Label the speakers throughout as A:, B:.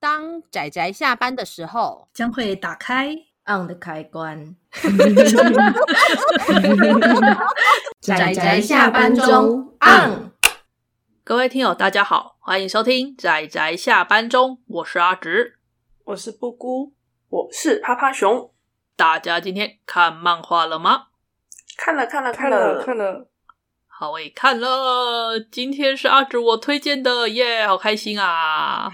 A: 当仔仔下班的时候，
B: 将会打开。
C: on 的开 关。
A: 宅宅下班中
C: on。
D: 各位听友，大家好，欢迎收听仔仔下班中，我是阿直。
E: 我是布姑，我是趴趴熊，
D: 大家今天看漫画了吗？
E: 看了看了
F: 看
E: 了
F: 了看了，
D: 好，我也看了。今天是阿直我推荐的，耶，好开心 啊！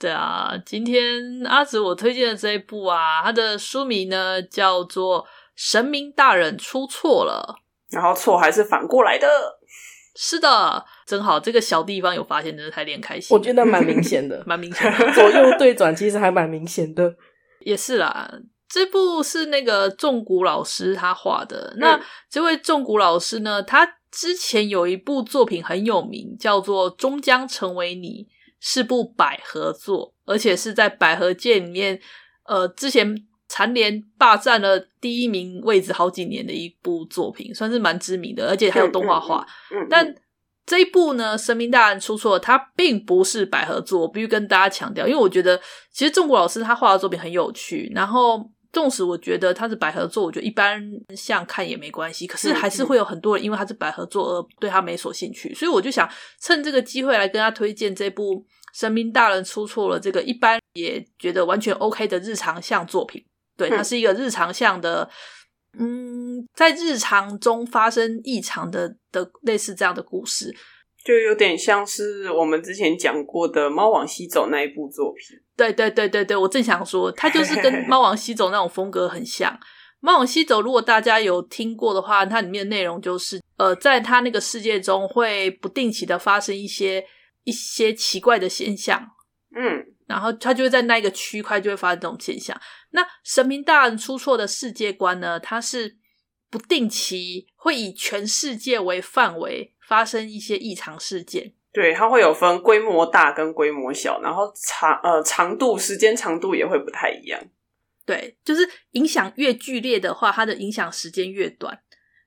D: 对啊，今天阿紫我推荐的这一部啊，它的书名呢叫做《神明大人出错了》。
E: 然后错还是反过来的，
D: 是的，真好，这个小地方有发现，真的太令人开心。
F: 我觉 得蛮明显的，
D: 蛮明显的
F: 左右对转其实还蛮明显的。
D: 也是啦，这部是那个仲谷老师他画的。那这位仲谷老师呢，他之前有一部作品很有名，叫做《终将成为你》，是部百合作，而且是在百合界里面，呃，之前蝉联霸占了第一名位置好几年的一部作品，算是蛮知名的，而且还有动画化。
E: 嗯，嗯
D: 但这一部呢，《神明大人出错》，它并不是百合作，我必须跟大家强调，因为我觉得其实中国老师他画的作品很有趣，然后纵使我觉得他是百合作，我觉得一般像看也没关系，可是还是会有很多人因为他是百合作而对他没所兴趣，所以我就想趁这个机会来跟他推荐这部《神明大人出错了》这个一般也觉得完全 OK 的日常向作品，对，它
E: 嗯
D: 是一个日常向的。嗯，在日常中发生异常的的类似这样的故事，
E: 就有点像是我们之前讲过的《猫往西走》那一部作品，
D: 对对对对对，我正想说，它就是跟《猫王西走》那种风格很像。《猫王西走》如果大家有听过的话，它里面的内容就是，呃，在它那个世界中会不定期的发生一些一些奇怪的现象，
E: 嗯，
D: 然后它就会在那一个区块就会发生这种现象。那神明大人出错的世界观呢，它是不定期会以全世界为范围发生一些异常事件。
E: 对，它会有分规模大跟规模小，然后长呃长度时间长度也会不太一样，
D: 对，就是影响越剧烈的话，它的影响时间越短。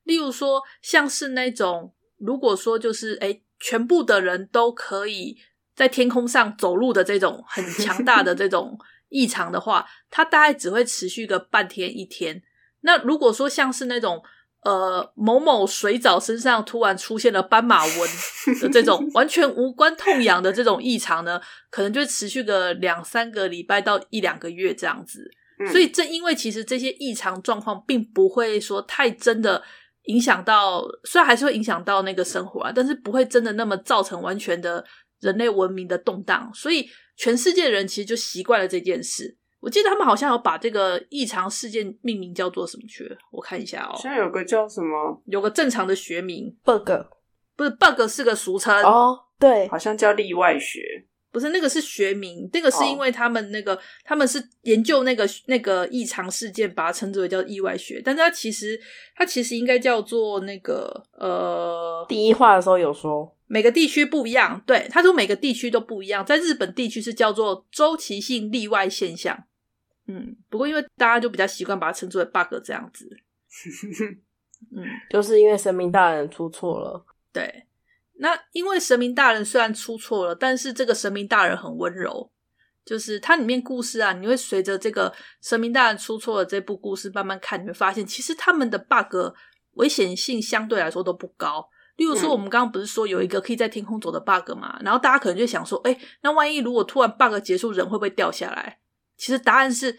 D: 例如说，像是那种如果说就是哎，诶全部的人都可以在天空上走路的这种很强大的这种异常的话，它大概只会持续个半天一天。那如果说像是那种呃某某水藻身上突然出现了斑马纹的这种完全无关痛痒的这种异常呢，可能就会持续个两三个礼拜到一两个月这样子。
E: 嗯
D: 所以正因为其实这些异常状况并不会说太真的影响到，虽然还是会影响到那个生活啊，但是不会真的那么造成完全的人类文明的动荡，所以全世界的人其实就习惯了这件事。我记得他们好像有把这个异常事件命名叫做什么去？我看一下哦
E: 好，像有个叫什么，
D: 有个正常的学名，
F: bug
D: 不是 bug 是个俗称，
F: 哦，对
E: 好，像叫例外学，
D: 不是那个是学名，那个是
E: 哦
D: 因为他们那个、他们是研究那个那个异常事件，把它称之为叫意外学，但是它其实它其实应该叫做那个呃，
F: 第一话的时候有说，
D: 每个地区不一样，对，他说每个地区都不一样，在日本地区是叫做周期性例外现象，嗯，不过因为大家就比较习惯把它称之为 bug 这样子，嗯。
F: 就是因为神明大人出错了，
D: 对，那因为神明大人虽然出错了，但是这个神明大人很温柔，就是它里面故事啊，你会随着这个神明大人出错了这部故事慢慢看，你会发现其实他们的 bug 危险性相对来说都不高。例如说，
E: 嗯
D: 我们刚刚不是说有一个可以在天空走的 bug 嘛？然后大家可能就想说，哎、那万一如果突然 bug 结束，人会不会掉下来？其实答案是，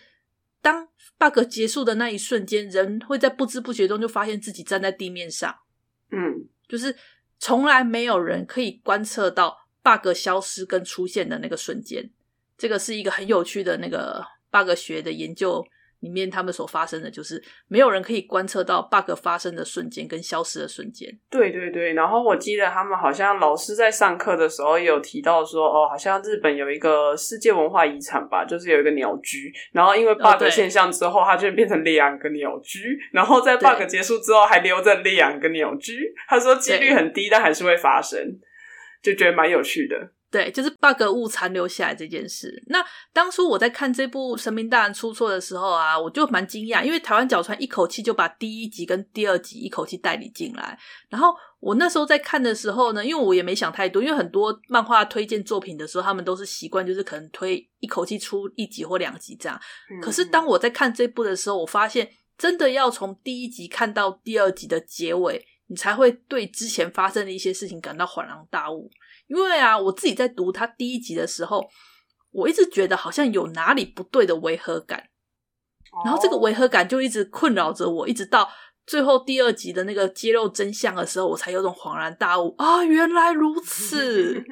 D: 当 bug 结束的那一瞬间，人会在不知不觉中就发现自己站在地面上。
E: 嗯，
D: 就是从来没有人可以观测到 bug 消失跟出现的那个瞬间。这个是一个很有趣的那个 bug 学的研究里面，他们所发生的就是没有人可以观测到 bug 发生的瞬间跟消失的瞬间。
E: 对对对，然后我记得他们好像老师在上课的时候也有提到说，哦，好像日本有一个世界文化遗产吧，就是有一个鸟居，然后因为
D: 哦
E: bug
D: 对
E: 现象之后，它就变成两个鸟居，然后在
D: 对
E: bug 结束之后还留着两个鸟居。他说几率很低，但还是会发生，就觉得蛮有趣的。
D: 对，就是 bug 物残留下来这件事。那当初我在看这部《神明大人出错》的时候啊，我就蛮惊讶，因为台湾角川一口气就把第一集跟第二集一口气代理进来。然后我那时候在看的时候呢，因为我也没想太多，因为很多漫画推荐作品的时候，他们都是习惯就是可能推一口气出一集或两集这样。
E: 嗯
D: 可是当我在看这部的时候，我发现真的要从第一集看到第二集的结尾，你才会对之前发生的一些事情感到恍然大悟。因为啊，我自己在读他第一集的时候，我一直觉得好像有哪里不对的违和感，然后这个违和感就一直困扰着我，一直到最后第二集的那个揭露真相的时候，我才有种恍然大悟啊，原来如 此。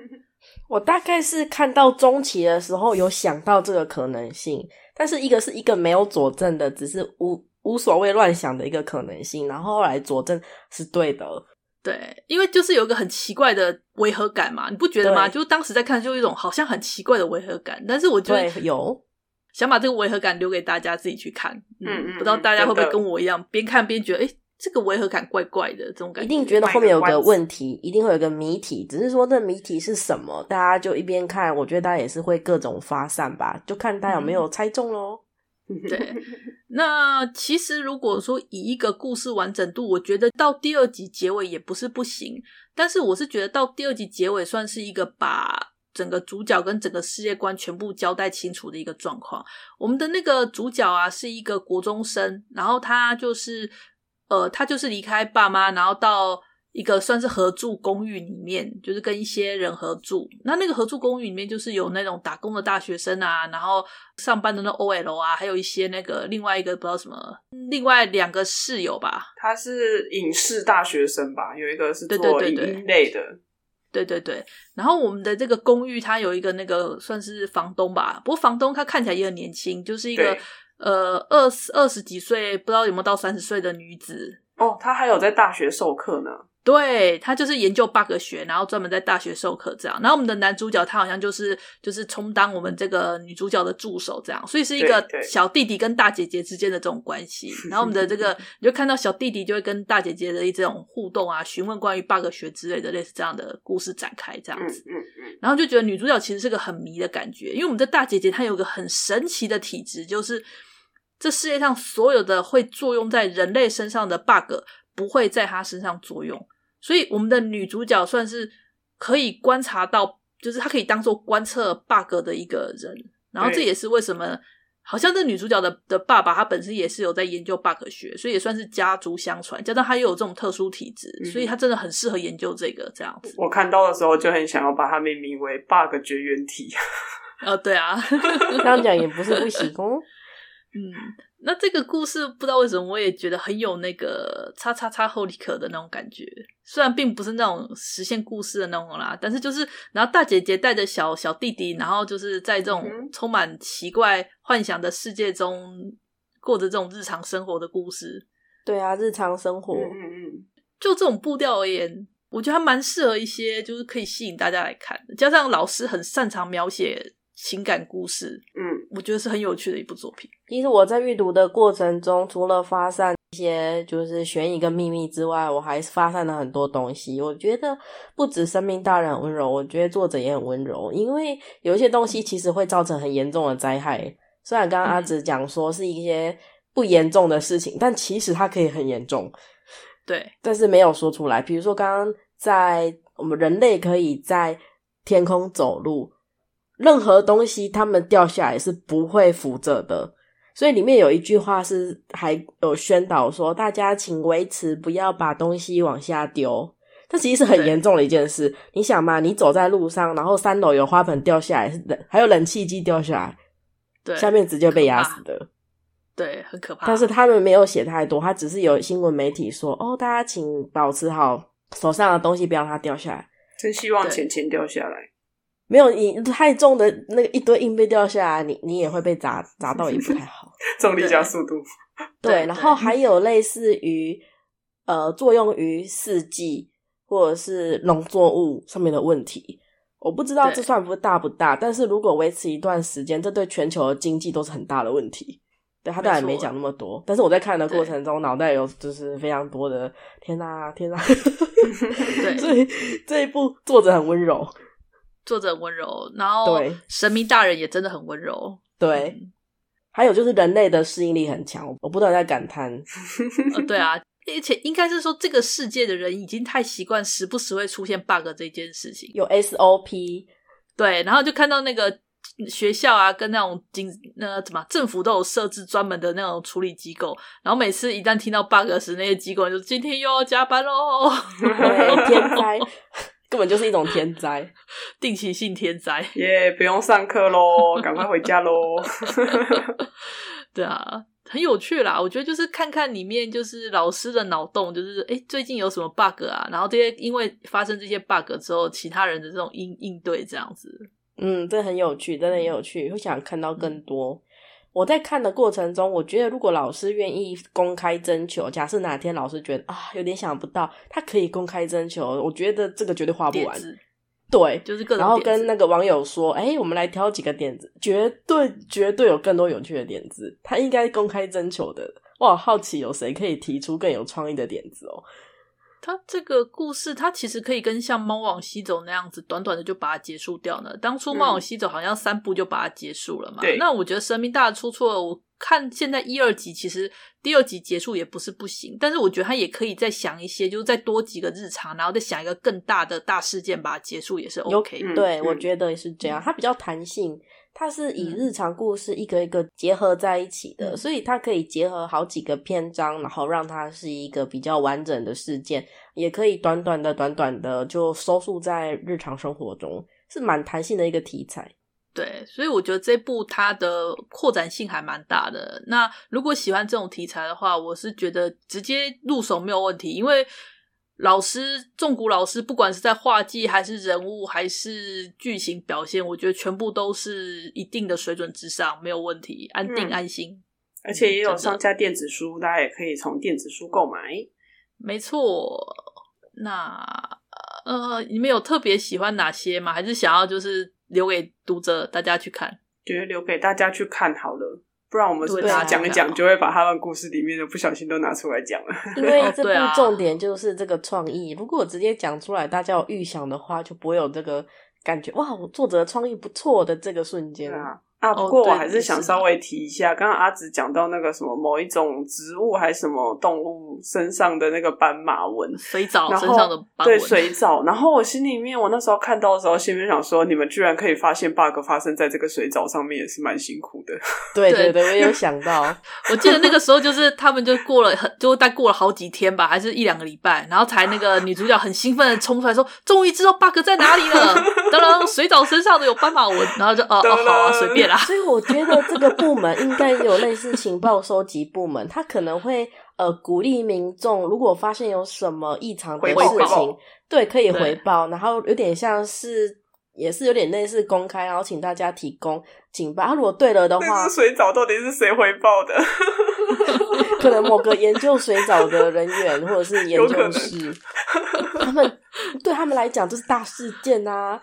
F: 我大概是看到中期的时候有想到这个可能性，但是一个是一个没有佐证的，只是无无所谓乱想的一个可能性，然后后来佐证是对的，
D: 对，因为就是有一个很奇怪的违和感嘛，你不觉得吗？
F: 对
D: 就当时在看，就有一种好像很奇怪的违和感，但是我就
F: 对，有
D: 想把这个违和感留给大家自己去看。
E: 嗯嗯
D: 不知道大家会不会
E: 真的
D: 跟我一样，边看边觉得，哎、这个违和感怪怪的这种感
F: 一
D: 觉。
F: 定觉得后面有
E: 卖个
F: 个
E: 关子
F: 问题，一定会有个谜题，只是说这谜题是什么，大家就一边看，我觉得大家也是会各种发散吧，就看大家有没有猜中 喽。
D: 对，那其实如果说以一个故事完整度，我觉得到第二集结尾也不是不行，但是我是觉得到第二集结尾算是一个把整个主角跟整个世界观全部交代清楚的一个状况。我们的那个主角啊是一个国中生，然后他就是呃，他就是离开爸妈，然后到一个算是合住公寓里面，就是跟一些人合住。那那个合住公寓里面，就是有那种打工的大学生啊，然后上班的那 OL 啊，还有一些那个另外一个不知道什么，另外两个室友吧，
E: 他是影视大学生吧？有一个是
D: 对对
E: 做
D: 对
E: 影
D: 对
E: 音类的，
D: 对对对，然后我们的这个公寓，它有一个那个算是房东吧，不过房东他看起来也很年轻，就是一个
E: 对
D: 呃二十二十几岁，不知道有没有到三十岁的女子。
E: 哦，他还有在大学授课呢。
D: 对她就是研究 bug 学，然后专门在大学授课这样。然后我们的男主角他好像就是就是充当我们这个女主角的助手这样，所以是一个
E: 对对
D: 小弟弟跟大姐姐之间的这种关系。然后我们的这 个你就看到小弟弟就会跟大姐姐的一这种互动啊，询问关于 bug 学之类的类似这样的故事展开这
E: 嗯
D: 样子。
E: 嗯嗯，
D: 然后就觉得女主角其实是个很迷的感觉，因为我们的大姐姐她有个很神奇的体质，就是这世界上所有的会作用在人类身上的 bug 不会在她身上作用，所以我们的女主角算是可以观察到，就是她可以当做观测 bug 的一个人。然后这
E: 对
D: 也是为什么，好像这女主角的的爸爸他本身也是有在研究 bug 学，所以也算是家族相传，加上他又有这种特殊体质，所以他真的很适合研究这个这样子。
E: 我看到的时候就很想要把它命名为 bug 绝缘体。
D: 呃，对啊。
F: 这样讲也不是不行哦。
D: 嗯，那这个故事不知道为什么，我也觉得很有那个叉叉叉后里可的那种感觉。虽然并不是那种实现故事的那种啦，但是就是，然后大姐姐带着小小弟弟，然后就是在这种
E: 嗯哼
D: 充满奇怪幻想的世界中，过着这种日常生活的故事。
F: 对啊，日常生活
E: 嗯，嗯嗯，
D: 就这种步调而言，我觉得还蛮适合一些就是可以吸引大家来看的，加上老师很擅长描写情感故事，
E: 嗯，
D: 我觉得是很有趣的一部作品。
F: 其实我在阅读的过程中，除了发散一些就是悬疑跟秘密之外，我还发散了很多东西。我觉得不止生命大人很温柔，我觉得作者也很温柔，因为有一些东西其实会造成很严重的灾害。虽然刚刚阿紫讲说是一些不严重的事情，但其实它可以很严重。
D: 对，
F: 但是没有说出来。比如说，刚刚在我们人类可以在天空走路，任何东西它们掉下来是不会浮着的。所以里面有一句话是还有宣导说，大家请维持不要把东西往下丢。这其实是很
D: 对
F: 严重的一件事。你想嘛，你走在路上，然后三楼有花盆掉下来，还有冷气机掉下
D: 对
F: 来，，下面直接被压
D: 可怕
F: 死的。
D: 对，很可怕。
F: 但是他们没有写太多，他只是有新闻媒体说，哦，大家请保持好手上的东西，不要让它掉下来。
E: 真希望
D: 对
E: 钱钱掉下来。
F: 没有你太重的那个一堆硬币掉下来，你你也会被砸砸到，也不太好。
E: 重力加速度。
D: 对
F: 对，然后
D: 对
F: 还有类似于呃作用于四季或者是农作物上面的问题。我不知道这
D: 对
F: 算不大不大，但是如果维持一段时间，这对全球的经济都是很大的问题。对他当然
D: 没错
F: 没讲那么多，但是我在看的过
D: 对
F: 程中，脑袋有就是非常多的天哪、天哪、
D: 对
F: 所以这一部作者很温柔，
D: 作者很温柔，然后
F: 对
D: 神明大人也真的很温柔。嗯
F: 对，还有就是人类的适应力很强，我不断在感叹。
D: 呃，对啊，而且应该是说这个世界的人已经太习惯时不时会出现 bug 这件事情。
F: 有 SOP，
D: 对，然后就看到那个学校啊，跟那种警那个怎么政府都有设置专门的那种处理机构，然后每次一旦听到 bug 时，那些机构就今天又要加班喽，
F: 对天灾 根本就是一种天灾。
D: 定期性天灾。
E: 耶不用上课喽，赶快回家喽。
D: 对啊，很有趣啦。我觉得就是看看里面就是老师的脑洞，就是诶最近有什么 bug 啊，然后这些因为发生这些 bug 之后，其他人的这种应应对这样子。
F: 嗯，这很有趣，真的很有趣，会想看到
D: 嗯
F: 更多。我在看的过程中，我觉得如果老师愿意公开征求，假设哪天老师觉得啊有点想不到，他可以公开征求，我觉得这个绝对花不
D: 点
F: 完。
D: 子
F: 对，
D: 就是各种
F: 然后
D: 点子
F: 跟那个网友说，哎、我们来挑几个点子，绝对绝对有更多有趣的点子，他应该公开征求的。我好好奇有谁可以提出更有创意的点子哦。
D: 它这个故事，它其实可以跟像《猫往西走》那样子，短短的就把它结束掉呢。当初《
E: 嗯
D: 猫往西走》好像三部就把它结束了嘛。
E: 对
D: 那我觉得《神明大的出错》，我看现在一二集，其实第二集结束也不是不行，但是我觉得它也可以再想一些，就是再多几个日常，然后再想一个更大的大事件把它结束也是 OK 的。
E: 嗯
F: 对，我
E: 嗯
F: 觉得也是这样。它比较弹性，它是以
D: 嗯
F: 日常故事一个一个结合在一起的，
D: 嗯
F: 所以它可以结合好几个篇章，然后让它是一个比较完整的事件，也可以短短的、短短的就收束在日常生活中，是蛮弹性的一个题 材。
D: 对，所以我觉得这部它的扩展性还蛮大的。那如果喜欢这种题材的话，我是觉得直接入手没有问题，因为老师重谷老师不管是在画技还是人物还是剧情表现，我觉得全部都是一定的水准之上，没有问题，安定
E: 嗯
D: 安心。
E: 而且也有
D: 真的
E: 上架电子书，大家也可以从电子书购买。
D: 没错，那呃，你们有特别喜欢哪些吗？还是想要就是留给读者大家去看？
E: 觉得留给大家去看好了，不然我们是不是
F: 对啊
E: 讲一
D: 对
E: 讲
D: 啊
E: 就会把他们故事里面的不小心都拿出来讲了？
F: 因为
D: 哦
F: 这部
D: 对啊
F: 重点就是这个创意，如果我直接讲出来，大家有预想的话，就不会有这个感觉哇，我作者的创意不错的这个瞬
E: 对
F: 间。
E: 啊。啊，
D: 哦
E: 不过我
D: 对
E: 还是想
D: 也是
E: 稍微提一下，刚刚阿紫讲到那个什么某一种植物还是什么动物身上的那个斑马纹，
D: 水藻
E: 然后
D: 身上的斑
E: 对
D: 纹，
E: 水藻。然后我心里面，我那时候看到的时候，心里面想说，你们居然可以发现 bug 发生在这个水藻上面，也是蛮辛苦的。
F: 对对
D: 对
F: 对，我也有想 到。
D: 我记得那个时候就是他们就过了很，就大概过了好几天吧，还是一两个礼拜，然后才那个女主角很兴奋的冲出来说：“终于知道 bug 在哪里了！”当然，水藻身上的有斑马纹，然后就哦哦好啊，随便 啦。
F: 所以我觉得这个部门应该有类似情报收集部门，他可能会呃鼓励民众，如果发现有什么异常的
E: 回
F: 事
E: 报
F: 情，对，可以
D: 对
F: 回报，然后有点像是也是有点类似公开，然后请大家提供警报。啊、如果对了的话
E: 那只，水藻到底是谁回报的？
F: 可能某个研究水藻的人员或者是研
E: 有可
F: 究
E: 能
F: 师，他们对他们来讲这是大事件啊。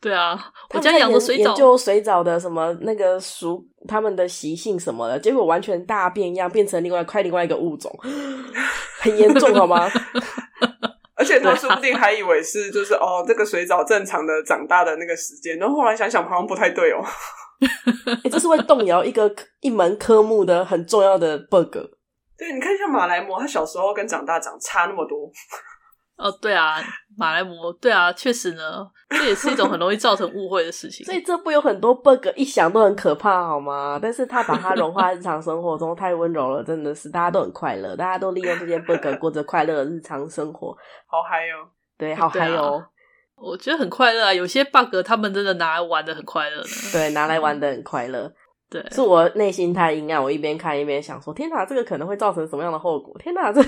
D: 对啊，
F: 他
D: 我
F: 们在
D: 家养的
F: 研
D: 水
F: 研
D: 藻，
F: 究水藻的什么那个属它们的习性什么的，结果完全大变样，变成另外快另外一个物 种，很严重好吗？
E: 而且
D: 对
E: 他
D: 啊
E: 说不定还以为是就是哦，这个水藻正常的长大的那个时间，然后后来想想好像不太对哦。
F: 欸这是会动摇一个一门科目的很重要的 bug。
E: 对，你看像马来貘，他小时候跟长大长差那么多，
D: 哦对啊，马来貘，对啊，确实呢，这也是一种很容易造成误会的事情。
F: 所以这部有很多 bug，一想都很可怕好吗？但是他把它融化在日常生活中，太温柔了，真的是大家都很快乐，大家都利用这些 bug 过着快乐的日常生活。
E: 好嗨哦！
F: 对，好
D: 对啊
F: 嗨哦！
D: 我觉得很快乐啊，有些 bug 他们真的拿来玩的很快乐呢。
F: 对，拿来玩的很快乐。
D: 对，
F: 是我内心太阴暗，我一边看一边想说：天哪，这个可能会造成什么样的后果？天哪，这个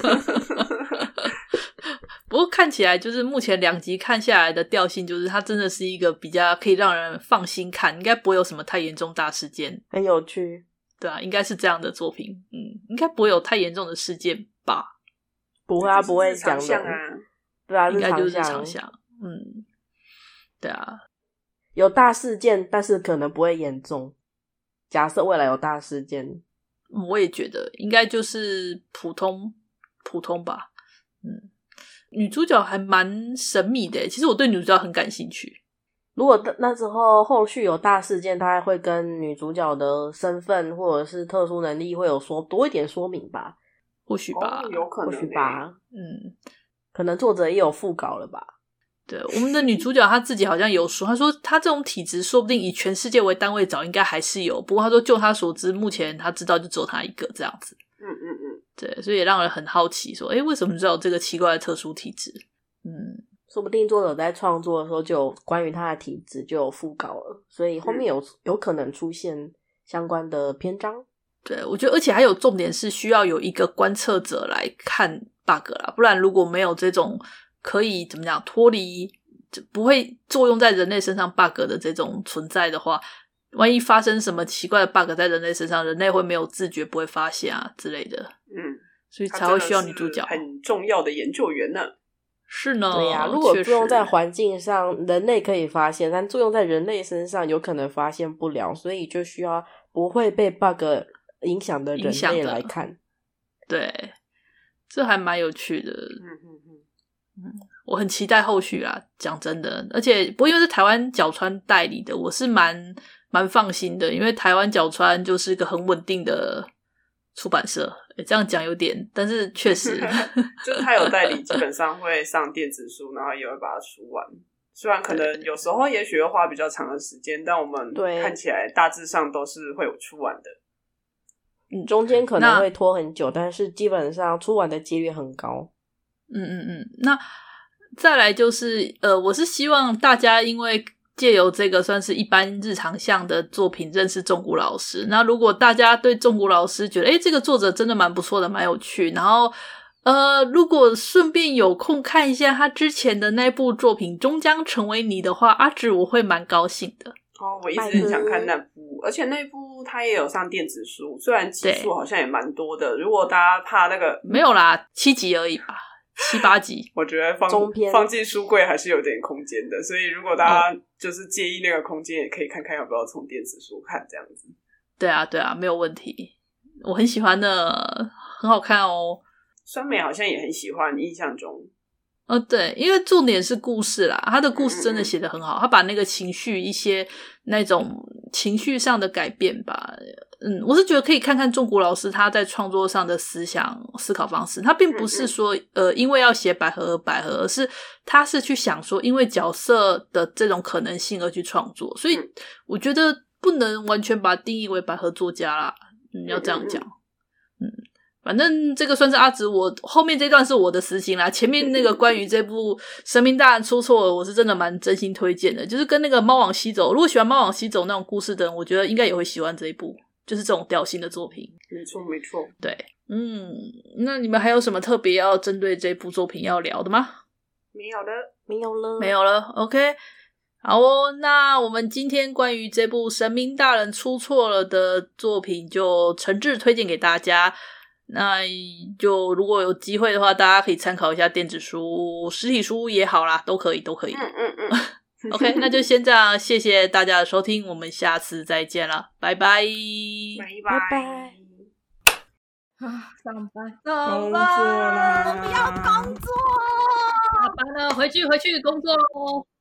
D: 不过看起来就是目前两集看下来的调性，就是它真的是一个比较可以让人放心看，应该不会有什么太严重大事件，
F: 很有趣，
D: 对啊，应该是这样的作品，嗯，应该不会有太严重的事件 吧，
F: 不会啊，
E: 就是
F: 不会
E: 日常
F: 讲
E: 像，
F: 的
E: 啊，
F: 对啊，
D: 应该就是日
F: 常
D: 常项，嗯，对啊，
F: 有大事件，但是可能不会严重。假设未来有大事件，
D: 我也觉得应该就是普通普通吧，嗯，女主角还蛮神秘的。其实我对女主角很感兴趣。
F: 如果那时候后续有大事件，他还会跟女主角的身份或者是特殊能力会有说多一点说明吧，
D: 或许吧，
E: 哦、有可能、
F: 或
E: 欸，
F: 许吧，
D: 嗯，
F: 可能作者也有副稿了吧。
D: 对，我们的女主角她自己好像有说，她说她这种体质，说不定以全世界为单位找，应该还是有。不过她说，就她所知，目前她知道就只有她一个这样子。
E: 嗯嗯嗯，
D: 对，所以也让人很好奇，说，哎，为什么知道这个奇怪的特殊体质？嗯，
F: 说不定作者在创作的时候就有关于他的体质就有副稿了，所以后
D: 嗯
F: 面有、有可能出现相关的篇章。
D: 对，我觉得，而且还有重点是需要有一个观测者来看 bug 啦，不然如果没有这种可以怎么讲脱离，就不会作用在人类身上 bug 的这种存在的话，万一发生什么奇怪的 bug 在人类身上，人类会没有自觉，不会发现啊之类的，
E: 嗯，
D: 所以
E: 他
D: 才会
E: 真的
D: 需要
E: 是
D: 女主角。
E: 很重要的研究员呢。
D: 是呢，
F: 对呀、如果
D: 哦确
F: 作用
D: 实
F: 在环境上，人类可以发现，但作用在人类身上有可能发现不了，所以就需要不会被 bug 影响的
D: 影
F: 人
D: 响
F: 类
D: 的
F: 来看。
D: 对，这还蛮有趣的。
E: 嗯嗯嗯，
D: 我很期待后续啊，讲真的，而且不过因为是台湾角川代理的，我是蛮蛮放心的，因为台湾角川就是一个很稳定的出版社。诶这样讲有点，但是确实
E: 就是他有代理，基本上会上电子书，然后也会把它出完。虽然可能有时候也许会花比较长的时间，但我们
F: 对
E: 看起来大致上都是会有出完的。
F: 中间可能
D: 那
F: 会拖很久，但是基本上出完的几率很高。
D: 嗯嗯嗯，那再来就是呃，我是希望大家因为借由这个算是一般日常向的作品认识中谷老师。那如果大家对中谷老师觉得，诶、这个作者真的蛮不错的，蛮有趣，然后。呃，如果顺便有空看一下他之前的那部作品《终将成为你》的话，阿直我会蛮高兴的。
E: 哦，我一直
F: 拜
E: 很想
F: 托
E: 看那部，而且那部它也有上电子书，虽然集
D: 对
E: 数好像也蛮多的。如果大家怕那个，
D: 没有啦，七集而已吧，七八集。
E: 我觉得放
F: 中篇嗯
E: 放进书柜还是有点空间的，所以如果大家就是介意那个空间，也可以看看要不要从电子书看这样子。
D: 对啊，对啊，没有问题，我很喜欢的，很好看哦。
E: 酸梅好像也很喜欢，印象中，
D: 呃，对，因为重点是故事啦，他的故事真的写得很好，他把那个情绪一些那种情绪上的改变吧，嗯，我是觉得可以看看中谷老师他在创作上的思想思考方式，他并不是说呃因为要写百合而百合，而是他是去想说因为角色的这种可能性而去创作，所以
E: 嗯
D: 我觉得不能完全把它定义为百合作家啦，嗯，要这样讲。反正这个算是阿紫，我后面这段是我的私心啦。前面那个关于这部《神明大人出错了》，我是真的蛮真心推荐的，就是跟那个《猫往西走》，如果喜欢《猫往西走》那种故事的人，我觉得应该也会喜欢这一部，就是这种调性的作品。
E: 没错没错。
D: 对，嗯，那你们还有什么特别要针对这部作品要聊的吗？
E: 没有的，
F: 没有
E: 嗯
F: 了，
D: 没有了，OK。好哦，那我们今天关于这部《神明大人出错了》的作品就诚挚推荐给大家。那就如果有机会的话，大家可以参考一下电子书、实体书也好啦，都可以，都可以。
E: 嗯嗯嗯
D: OK，那就先这样，谢谢大家的收听，我们下次再见了，拜拜。
E: 拜
F: 拜拜
A: 啊，上班，
E: 工
D: 工
E: 作啦，
A: 我们要工作。
D: 下班了，回去回去工作喽。